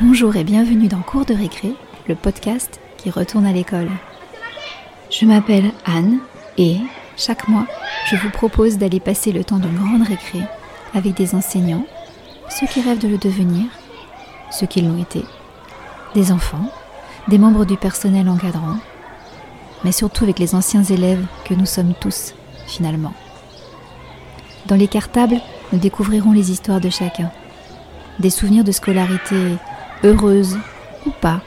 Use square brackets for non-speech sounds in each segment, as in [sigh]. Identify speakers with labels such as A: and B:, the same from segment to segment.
A: Bonjour et bienvenue dans Cours de récré, le podcast qui retourne à l'école. Je m'appelle Anne et chaque mois, je vous propose d'aller passer le temps d'une grande récré avec des enseignants, ceux qui rêvent de le devenir, ceux qui l'ont été, des enfants, des membres du personnel encadrant, mais surtout avec les anciens élèves que nous sommes tous, finalement. Dans les cartables, nous découvrirons les histoires de chacun, des souvenirs de scolarité heureuse ou pas,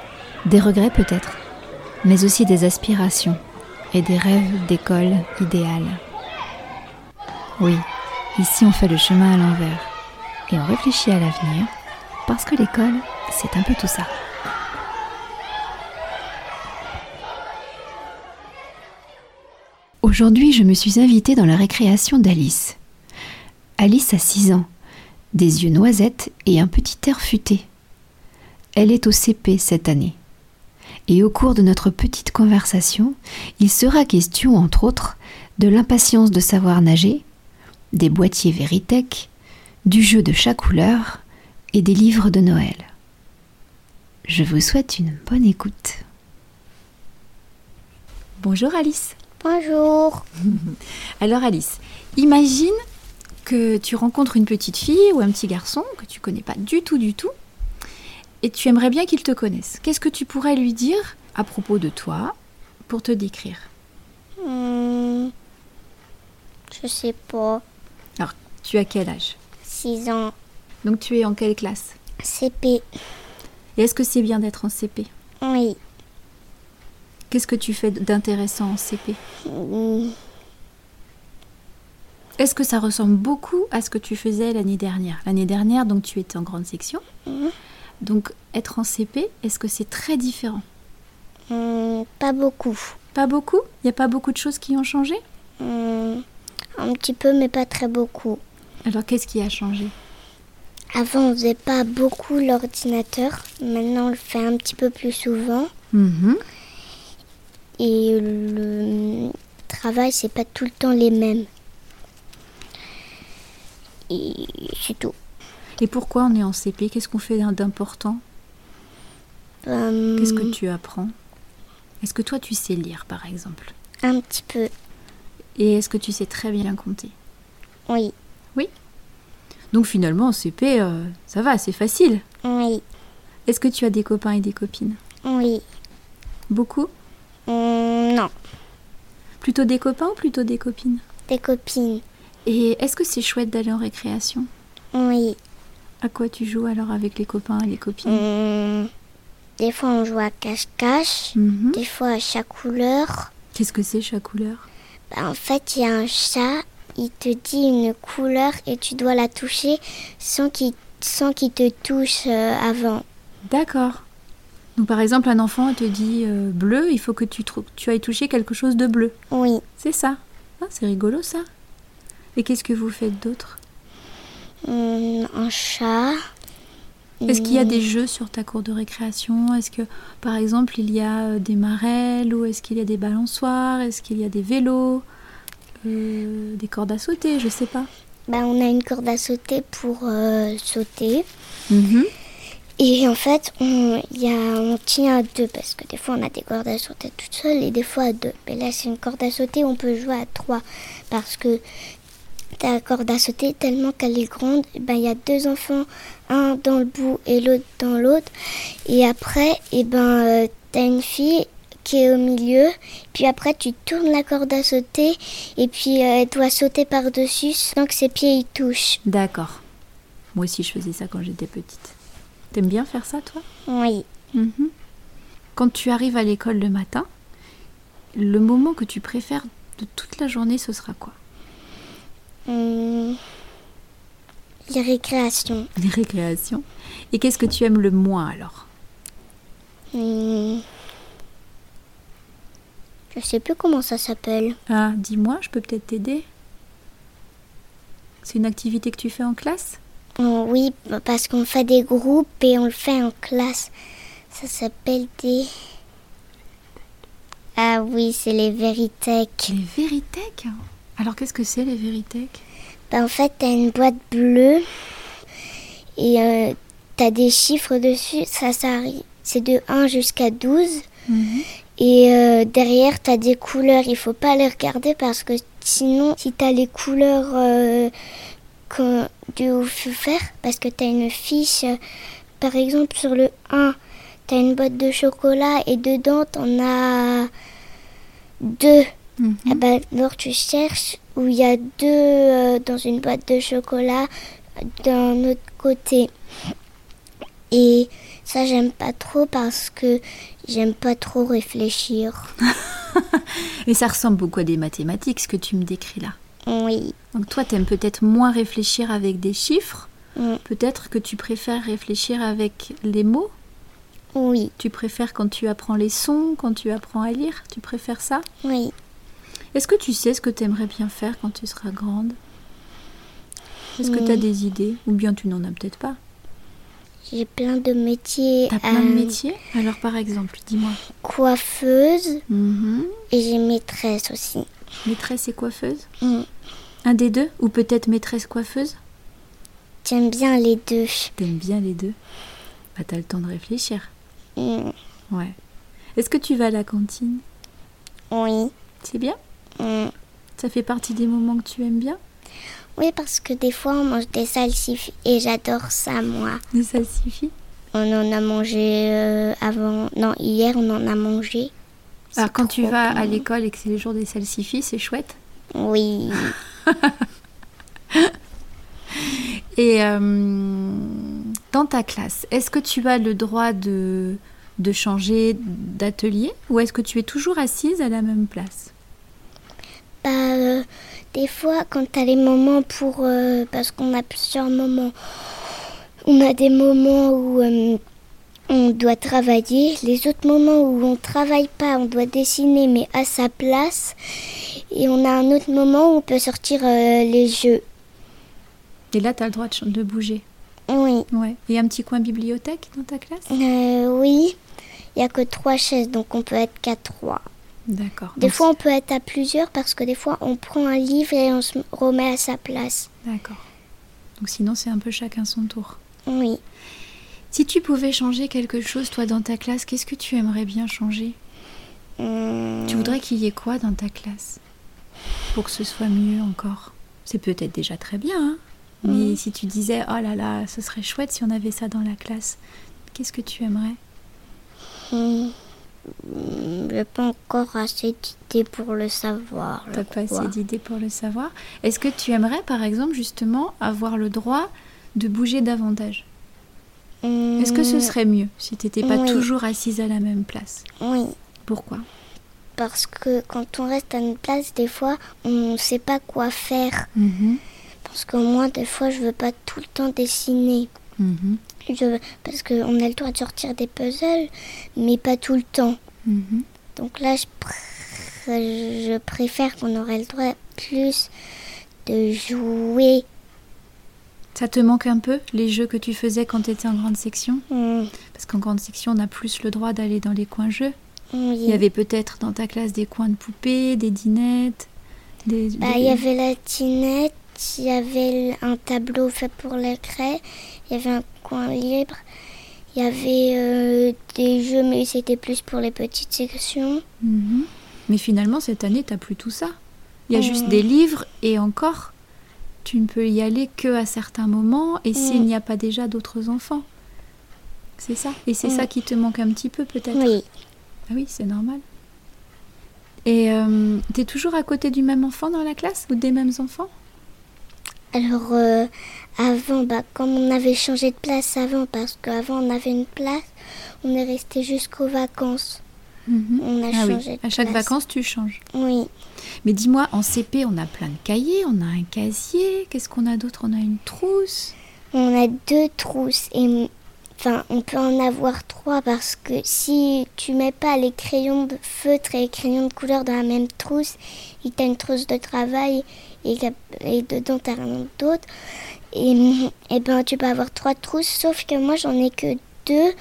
A: des regrets peut-être, mais aussi des aspirations et des rêves d'école idéale. Oui, ici on fait le chemin à l'envers et on réfléchit à l'avenir parce que l'école, c'est un peu tout ça. Aujourd'hui, je me suis invitée dans la récréation d'Alice. Alice a 6 ans, des yeux noisettes et un petit air futé. Elle est au CP cette année. Et au cours de notre petite conversation, il sera question, entre autres, de l'impatience de savoir nager, des boîtiers Veritech, du jeu de chaque couleur et des livres de Noël. Je vous souhaite une bonne écoute. Bonjour Alice.
B: Bonjour.
A: Alors Alice, imagine que tu rencontres une petite fille ou un petit garçon que tu connais pas du tout du tout et tu aimerais bien qu'il te connaisse. Qu'est-ce que tu pourrais lui dire à propos de toi pour te décrire
B: Hmm, je sais pas.
A: Alors, tu as quel âge
B: 6 ans.
A: Donc tu es en quelle classe
B: CP.
A: Et est-ce que c'est bien d'être en CP
B: Oui.
A: Qu'est-ce que tu fais d'intéressant en CP
B: Hmm,
A: Est-ce que ça ressemble beaucoup à ce que tu faisais l'année dernière L'année dernière, donc tu étais en grande section.
B: Mhm.
A: Donc être en CP, est-ce que c'est très différent
B: hmm, pas beaucoup.
A: Pas beaucoup Il n'y a pas beaucoup de choses qui ont changé
B: Hmm, un petit peu, mais pas très beaucoup.
A: Alors qu'est-ce qui a changé
B: Avant, on faisait pas beaucoup l'ordinateur. Maintenant, on le fait un petit peu plus souvent.
A: Mhm.
B: Et le travail, c'est pas tout le temps les mêmes. Et c'est tout.
A: Et pourquoi on est en CP Qu'est-ce qu'on fait d'important
B: Hmm,
A: Qu'est-ce que tu apprends Est-ce que toi tu sais lire par exemple
B: Un petit peu.
A: Et est-ce que tu sais très bien compter
B: Oui.
A: Donc finalement en CP, euh, ça va, c'est facile.
B: Oui.
A: Est-ce que tu as des copains et des copines
B: Oui.
A: Beaucoup Mm,
B: Hmm, non.
A: Plutôt des copains ou plutôt des copines
B: Des copines.
A: Et est-ce que c'est chouette d'aller en récréation
B: Oui.
A: À quoi tu joues alors avec les copains et les copines Mm.
B: Hum, Des fois, on joue à cache-cache.
A: Mhm.
B: Des fois, à chaque couleur.
A: Qu'est-ce que c'est chaque couleur
B: Bah, en fait, il y a un chat. Il te dit une couleur et tu dois la toucher sans qu'il sans qu'il te touche euh, avant.
A: D'accord. Donc par exemple un enfant te dit euh, bleu, il faut que tu, trou- tu ailles toucher quelque chose de bleu.
B: Oui.
A: C'est ça. Ah, c'est rigolo ça. Et qu'est-ce que vous faites d'autre
B: Hum, un chat.
A: Est-ce qu'il y a
B: Hum,
A: des jeux sur ta cour de récréation Est-ce que, par exemple, il y a euh, des marelles ou est-ce qu'il y a des balançoires Est-ce qu'il y a des vélos Euh, Des cordes à sauter Je sais pas.
B: bah, on a une corde à sauter pour euh, sauter. Et en fait, on, il y a, on tient à deux parce que des fois on a des cordes à sauter toutes seules et des fois à deux. Mais là, c'est une corde à sauter, on peut jouer à trois parce que ta corde à sauter, tellement qu'elle est grande, eh ben, il y a deux enfants, un dans le bout et l'autre dans l'autre. Et après, et ben, euh, t'as une fille qui est au milieu, puis après tu tournes la corde à sauter et puis euh, elle doit sauter par-dessus sans que ses pieds y touchent.
A: D'accord. Moi aussi, je faisais ça quand j'étais petite. T'aimes bien faire ça, toi
B: Oui.
A: Mhm. Quand tu arrives à l'école le matin, le moment que tu préfères de toute la journée, ce sera quoi
B: Hum, Les récréations.
A: Les récréations. Et qu'est-ce que tu aimes le moins alors
B: Hum, Je sais plus comment ça s'appelle.
A: Ah, dis-moi, je peux peut-être t'aider C'est une activité que tu fais en classe
B: Oh, oui, parce qu'on fait des groupes et on le fait en classe. Ça s'appelle des. Ah oui, c'est les Veritech.
A: Les Veritech Alors qu'est-ce que c'est les Veritech
B: Bah, en fait, t'as une boîte bleue et euh, T'as des chiffres dessus, ça s'arrive. C'est de 1 jusqu'à 12.
A: Mhm.
B: Et euh, derrière, t'as des couleurs. Il faut pas les regarder parce que sinon, si t'as les couleurs euh, que- du faire, parce que t'as une fiche, euh, par exemple sur le 1, t'as une boîte de chocolat et dedans, t'en as deux.
A: Mhm.
B: Ah bah, alors tu cherches où il y a deux euh, dans une boîte de chocolat d'un autre côté. Et ça, j'aime pas trop parce que j'aime pas trop réfléchir.
A: Et ça ressemble beaucoup à des mathématiques, ce que tu me décris là.
B: Oui,
A: Donc toi, t'aimes peut-être moins réfléchir avec des chiffres.
B: Mm.
A: Peut-être que tu préfères réfléchir avec les mots.
B: oui,
A: Tu préfères quand tu apprends les sons, quand tu apprends à lire. Tu préfères ça
B: oui.
A: Est-ce que tu sais ce que t'aimerais bien faire quand tu seras grande Est-ce que t'as
B: Mm.
A: des idées Ou bien tu n'en as peut-être pas.
B: J'ai plein de métiers.
A: T'as plein de
B: euh,
A: métiers Alors par exemple, dis-moi.
B: Coiffeuse
A: Mhm.
B: et j'ai maîtresse aussi.
A: Maîtresse et coiffeuse
B: Mm.
A: Un des deux Ou peut-être maîtresse coiffeuse
B: J'aime bien les deux.
A: T'aimes bien les deux Bah t'as le temps de réfléchir.
B: Mm,
A: Ouais. Est-ce que tu vas à la cantine
B: Oui.
A: C'est bien
B: Mm.
A: Ça fait partie des moments que tu aimes bien
B: Oui, parce que des fois, on mange des salsifis et j'adore ça, moi.
A: Et ça suffit
B: On en a mangé euh, avant. Non, hier, on en a mangé.
A: Alors Ah, quand
B: C'est
A: tu
B: trop
A: vas
B: bon.
A: à l'école et que c'est le jour des salsifis, c'est chouette
B: Oui.
A: Et euh, dans ta classe, est-ce que tu as le droit de, de changer d'atelier Ou est-ce que tu es toujours assise à la même place
B: Bah, euh, des fois, quand t'as les moments pour. euh, parce qu'on a plusieurs moments. On a des moments où euh, on doit travailler, les autres moments où on travaille pas, on doit dessiner, mais à sa place. Et on a un autre moment où on peut sortir euh, les jeux.
A: Et là, tu as le droit de, ch- de bouger.
B: Oui.
A: Ouais. Et un petit coin bibliothèque dans ta classe
B: Euh, oui. Il n'y a que trois chaises, donc on peut être qu'à trois.
A: D'accord.
B: Des
A: Donc,
B: fois, on peut être à plusieurs parce que des fois, on prend un livre et on se remet à sa place.
A: D'accord. Donc sinon, c'est un peu chacun son tour.
B: Oui.
A: Si tu pouvais changer quelque chose, toi, dans ta classe, qu'est-ce que tu aimerais bien changer
B: Hum,
A: Tu voudrais qu'il y ait quoi dans ta classe Pour que ce soit mieux encore C'est peut-être déjà très bien, hein mais si tu disais « Oh là là, ce serait chouette si on avait ça dans la classe », qu'est-ce que tu aimerais
B: hum, hum, J'ai pas encore assez d'idées pour le savoir. je
A: T'as pas
B: crois.
A: assez d'idées pour le savoir. Est-ce que tu aimerais, par exemple, justement, avoir le droit de bouger davantage
B: Hum,
A: Est-ce que ce serait mieux si t'étais pas
B: Oui.
A: toujours assise à la même place
B: Oui,
A: Pourquoi
B: parce que quand on reste à une place, des fois, on sait pas quoi faire.
A: Mm-hmm.
B: Parce qu'au moins, des fois, je veux pas tout le temps dessiner.
A: Mhm,
B: Je, parce qu'on a le droit de sortir des puzzles, mais pas tout le temps.
A: mhm.
B: Donc là, je, pr- je préfère qu'on aurait le droit plus de jouer.
A: Ça te manque un peu, les jeux que tu faisais quand t'étais en grande section
B: Mm,
A: Parce qu'en grande section, on a plus le droit d'aller dans les coins jeux.
B: oui.
A: Il y avait peut-être dans ta classe des coins de poupées, des dinettes, des...
B: Bah,
A: des-
B: il y avait la tinette, il y avait l- un tableau fait pour les craies, il y avait un coin libre, il y avait euh, des jeux, mais c'était plus pour les petites sections.
A: Mhm. Mais finalement, cette année, t'as plus tout ça. Il y a juste
B: Mhm.
A: des livres et encore, tu ne peux y aller que à certains moments et s'il
B: Mhm.
A: n'y a pas déjà d'autres enfants. C'est ça. Et c'est
B: Mhm.
A: ça qui te manque un petit peu peut-être.
B: Oui,
A: Ah oui, c'est normal. Et euh, t'es toujours à côté du même enfant dans la classe ou des mêmes enfants
B: alors euh, avant, bah, comme on avait changé de place avant, parce qu'avant on avait une place, on est resté jusqu'aux vacances.
A: Mhm.
B: On a
A: Ah
B: changé
A: oui,
B: de
A: à chaque
B: place.
A: vacances, tu changes.
B: Oui.
A: Mais dis-moi, en CP, on a plein de cahiers, on a un casier, qu'est-ce qu'on a d'autre On a une trousse.
B: On a deux trousses et enfin on peut en avoir trois parce que si tu mets pas les crayons de feutre et les crayons de couleur dans la même trousse, il t'a une trousse de travail et, qu'à- et dedans t'as rien d'autre. Et, mm, et ben tu peux avoir trois trousses sauf que moi j'en ai que deux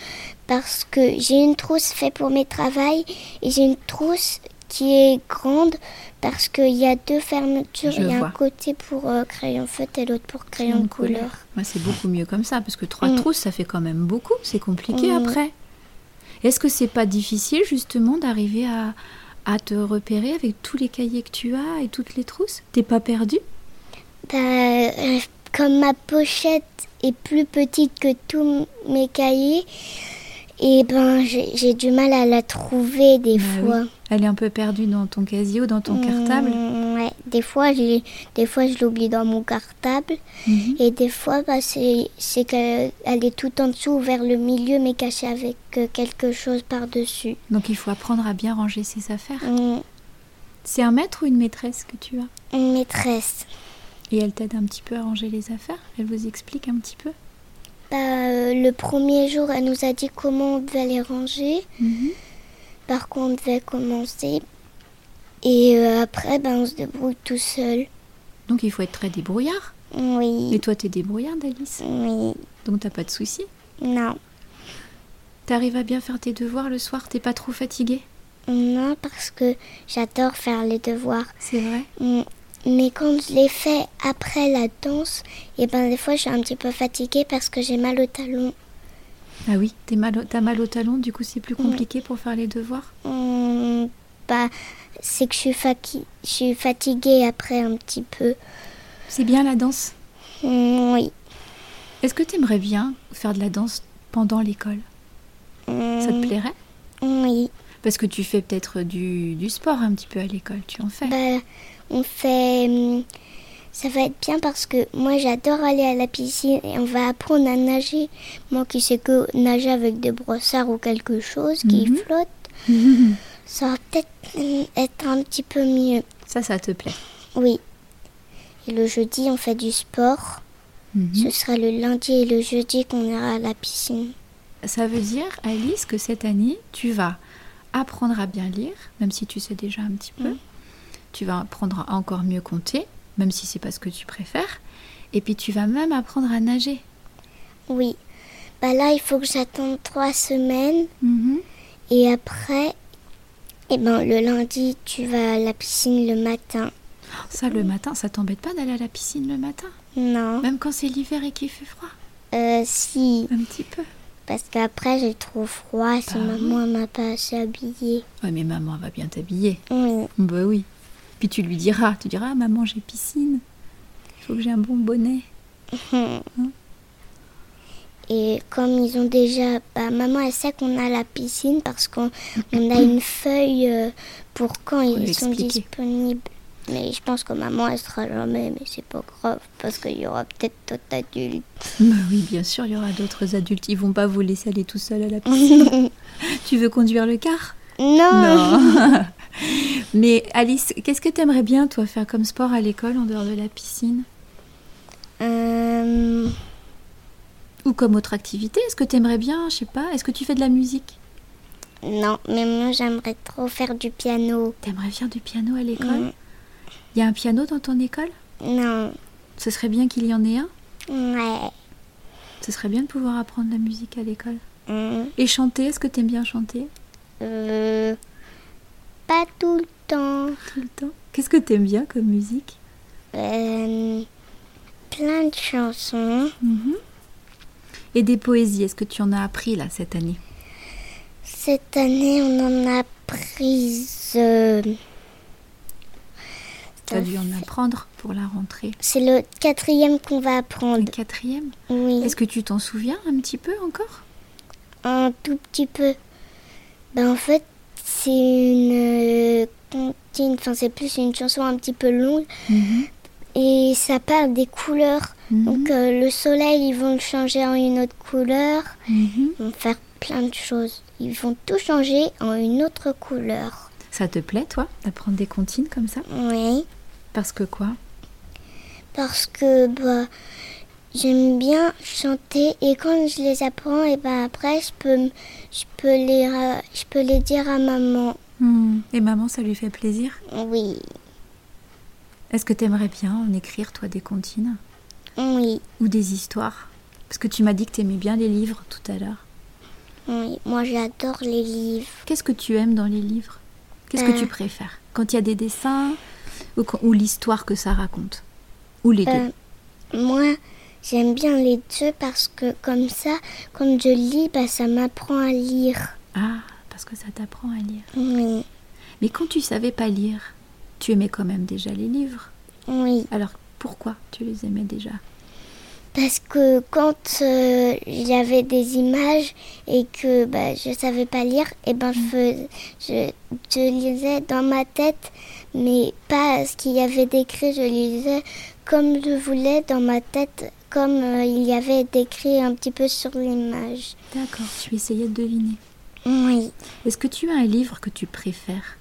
B: parce que j'ai une trousse faite pour mes travails et j'ai une trousse qui est grande parce qu'il y a deux fermetures.
A: Je
B: Il y a
A: vois.
B: un côté pour euh, crayon feutre et l'autre pour crayon de couleur.
A: Ouais, c'est beaucoup mieux comme ça, parce que trois
B: Mm.
A: trousses, ça fait quand même beaucoup. C'est compliqué
B: Mm.
A: après. Est-ce que c'est pas difficile justement d'arriver à, à te repérer avec tous les cahiers que tu as et toutes les trousses T'es pas perdu
B: Bah, euh, comme ma pochette est plus petite que tous m- mes cahiers, et ben j'ai j'ai du mal à la trouver des
A: Bah oui.
B: fois.
A: Elle est un peu perdue dans ton casier ou dans ton cartable
B: Mm, Ouais, des fois, je l'ai- des fois je l'oublie dans mon cartable
A: Mhm.
B: et des fois bah, c'est c'est qu'elle elle est tout en dessous vers le milieu mais cachée avec euh, quelque chose par-dessus.
A: Donc il faut apprendre à bien ranger ses affaires.
B: Mm,
A: C'est un maître ou une maîtresse que tu as
B: une maîtresse,
A: Et elle t'aide un petit peu à ranger les affaires Elle vous explique un petit peu
B: bah, euh, le premier jour elle nous a dit comment on devait les ranger,
A: Mhm.
B: par quoi on devait commencer et euh, après bah, on se débrouille tout seul.
A: Donc il faut être très débrouillard. Et
B: Oui,
A: toi, t'es débrouillarde, Alice.
B: oui,
A: Donc t'as pas de soucis.
B: non.
A: T'arrives à bien faire tes devoirs le soir, t'es pas trop fatiguée
B: Non, parce que j'adore faire les devoirs.
A: C'est vrai
B: Mm. Mais quand je l'ai fait après la danse, et ben des fois je suis un petit peu fatiguée parce que j'ai mal au talon.
A: Ah oui, t'es mal au- t'as mal au talon, du coup c'est plus compliqué pour faire les devoirs
B: Mm, bah, c'est que je suis, faqui- je suis fatiguée après un petit peu.
A: C'est bien la danse.
B: Mm, oui.
A: Est-ce que t'aimerais bien faire de la danse pendant l'école Ça te plairait
B: mm, Oui.
A: Parce que tu fais peut-être du, du sport un petit peu à l'école, tu en fais.
B: Bah, on fait. hum, Ça va être bien parce que moi j'adore aller à la piscine et on va apprendre à nager. Moi qui sais que nager avec des brossards ou quelque chose qui
A: Mhm.
B: flotte, ça va peut-être hum, être un petit peu mieux.
A: [laughs] ça, ça te plaît.
B: Oui. Et le jeudi on fait du sport.
A: Mhm.
B: Ce sera le lundi et le jeudi qu'on ira à la piscine.
A: Ça veut dire, Alice, que cette année, tu vas apprendre à bien lire, même si tu sais déjà un petit peu. Tu vas apprendre à encore mieux compter, même si c'est pas ce que tu préfères. Et puis tu vas même apprendre à nager.
B: Oui. Bah là il faut que j'attende trois semaines
A: Mm-hmm.
B: et après, eh ben le lundi tu vas à la piscine le matin.
A: Ça, le matin, ça t'embête pas d'aller à la piscine le matin,
B: Non,
A: même quand c'est l'hiver et qu'il fait froid,
B: euh, si,
A: un petit peu.
B: parce qu'après j'ai trop froid si
A: Ah
B: maman elle m'a pas assez habillée.
A: Ouais, mais maman va bien t'habiller.
B: Oui,
A: Bah oui. Puis tu lui diras, tu diras, Ah, maman, j'ai piscine. Faut que j'ai un bon bonnet.
B: et comme ils ont déjà, bah maman elle sait qu'on a la piscine parce qu'on on a [coughs] une feuille euh, pour quand ils
A: lui
B: sont
A: expliquer.
B: disponibles. Mais je pense que maman elle sera jamais, mais c'est pas grave parce qu'il y aura peut-être d'autres adultes.
A: Bah oui, bien sûr, il y aura d'autres adultes. Ils vont pas vous laisser aller tout seul à la piscine. tu veux conduire le car
B: Non,
A: Non. [laughs] Mais Alice, qu'est-ce que t'aimerais bien, toi, faire comme sport à l'école en dehors de la piscine
B: [laughs] Euh,
A: Ou comme autre activité Est-ce que t'aimerais bien, je sais pas, est-ce que tu fais de la musique
B: non, mais moi j'aimerais trop faire du piano.
A: T'aimerais faire du piano à l'école
B: Mm.
A: Il y a un piano dans ton école
B: Non,
A: Ce serait bien qu'il y en ait un
B: ouais.
A: Ce serait bien de pouvoir apprendre la musique à l'école.
B: Mm.
A: Et chanter, est-ce que t'aimes bien chanter
B: Euh, pas tout le temps.
A: tout le temps Qu'est-ce que t'aimes bien comme musique
B: Euh, plein de chansons.
A: Mhm. Et des poésies, est-ce que tu en as appris là cette année
B: Cette année, on en a prise. euh,
A: T'as dû en apprendre pour la rentrée.
B: C'est le quatrième qu'on va
A: Le
B: apprendre.
A: quatrième.
B: Oui,
A: Est-ce que tu t'en souviens un petit peu encore
B: un tout petit peu. Ben, en fait, c'est une euh, comptine. Enfin, c'est plus une chanson un petit peu longue. Et ça parle des couleurs. Mhm.
A: Mhm.
B: Donc, euh, le soleil, ils vont le changer en une autre couleur.
A: Mhm.
B: Ils vont faire plein de choses. Ils vont tout changer en une autre couleur.
A: Ça te plaît, toi, d'apprendre des comptines comme ça
B: Oui,
A: Parce que quoi
B: parce que bah, j'aime bien chanter et quand je les apprends, et bah, après je peux, m- je, peux les, ra- je peux les dire à maman. Hmm.
A: Et maman, ça lui fait plaisir
B: Oui,
A: Est-ce que t'aimerais bien en écrire, toi, des comptines
B: oui,
A: Ou des histoires Parce que tu m'as dit que t'aimais bien les livres tout à l'heure.
B: oui. Moi j'adore les livres.
A: Qu'est-ce que tu aimes dans les livres Qu'est-ce
B: Euh.
A: que tu préfères Quand il y a des dessins ou, quand- ou l'histoire que ça raconte Ou les
B: Euh,
A: deux
B: moi, j'aime bien les deux parce que comme ça, comme je lis, bah, ça m'apprend à lire.
A: Ah, parce que ça t'apprend à lire.
B: Oui,
A: Mais quand tu savais pas lire, tu aimais quand même déjà les livres.
B: oui.
A: Alors pourquoi tu les aimais déjà
B: Parce que quand euh, il y avait des images et que bah, je savais pas lire, et ben je, fais- je, je lisais dans ma tête, mais pas ce qu'il y avait décrit. Je lisais comme je voulais dans ma tête, comme euh, il y avait décrit un petit peu sur l'image.
A: D'accord, tu essayais de deviner.
B: Oui.
A: Est-ce que tu as un livre que tu préfères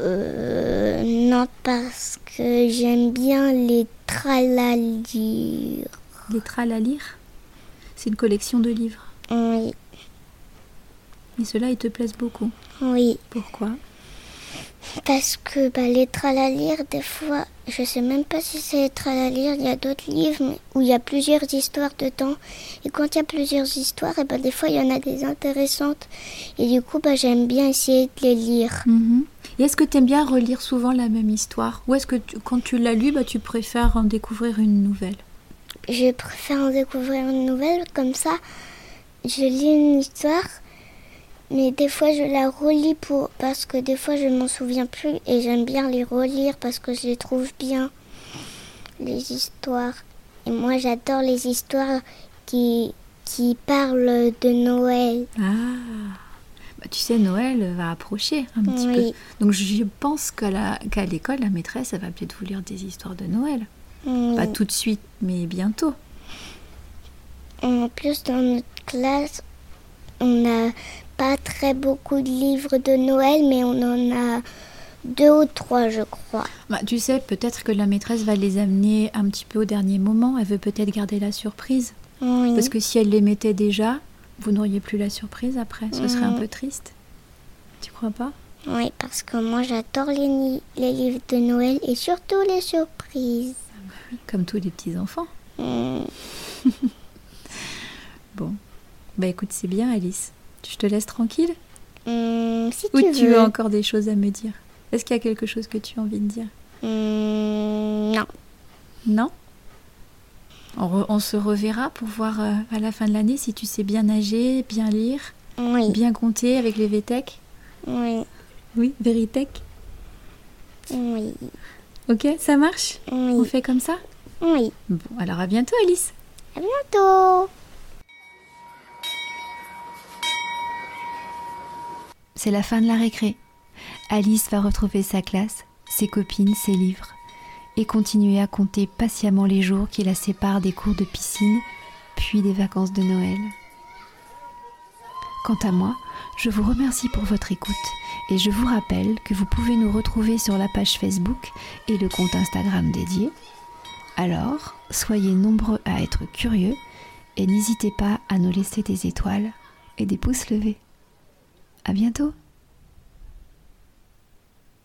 B: Euh, non, parce que j'aime bien les tralalir.
A: Les Trals à lire C'est une collection de livres.
B: Oui,
A: Et ceux-là, ils te plaisent beaucoup.
B: oui.
A: Pourquoi
B: Parce que bah, les tralalir, des fois, je sais même pas si c'est les tralalir. Il y a d'autres livres mais- où il y a plusieurs histoires dedans. Et quand il y a plusieurs histoires, et ben des fois, il y en a des intéressantes. Et du coup, bah, j'aime bien essayer de les lire.
A: Mhm. Et est-ce que tu aimes bien relire souvent la même histoire Ou est-ce que tu- quand tu l'as lu, bah, tu préfères en découvrir une nouvelle
B: Je préfère en découvrir une nouvelle, comme ça je lis une histoire, mais des fois je la relis pour parce que des fois je m'en souviens plus et j'aime bien les relire parce que je les trouve bien les histoires. Et moi j'adore les histoires qui qui parlent de Noël.
A: Ah Bah, Tu sais, Noël va approcher un petit
B: Oui.
A: peu. Donc je pense qu'à la- qu'à l'école, la maîtresse, elle va peut-être vous lire des histoires de Noël.
B: Mm.
A: Pas tout de suite, mais bientôt.
B: En plus dans notre classe, on n'a pas très beaucoup de livres de Noël, mais on en a deux ou trois, je crois.
A: Bah, tu sais, peut-être que la maîtresse va les amener un petit peu au dernier moment. Elle veut peut-être garder la surprise.
B: Oui.
A: Parce que si elle les mettait déjà, vous n'auriez plus la surprise après. Ce serait un
B: Mhm.
A: peu triste. Tu crois pas
B: Oui, parce que moi j'adore les, ni- les livres de Noël et surtout les surprises.
A: Comme tous les petits enfants.
B: Mm.
A: Bon. Bah écoute, c'est bien Alice. Je te laisse tranquille
B: Mm, si
A: Ou
B: tu,
A: tu
B: veux.
A: as encore des choses à me dire Est-ce qu'il y a quelque chose que tu as envie de dire
B: Mm, non.
A: Non on, re- on se reverra pour voir euh, à la fin de l'année si tu sais bien nager, bien lire,
B: Oui.
A: bien compter avec les VTech.
B: Oui.
A: Oui, Veritech.
B: Oui.
A: Ok, ça marche On
B: Oui.
A: fait comme ça
B: Oui.
A: Bon, alors à bientôt Alice
B: À bientôt.
A: C'est la fin de la récré. Alice va retrouver sa classe, ses copines, ses livres, et continuer à compter patiemment les jours qui la séparent des cours de piscine, puis des vacances de Noël. Quant à moi, je vous remercie pour votre écoute et je vous rappelle que vous pouvez nous retrouver sur la page Facebook et le compte Instagram dédié. Alors, soyez nombreux à être curieux et n'hésitez pas à nous laisser des étoiles et des pouces levés. À bientôt!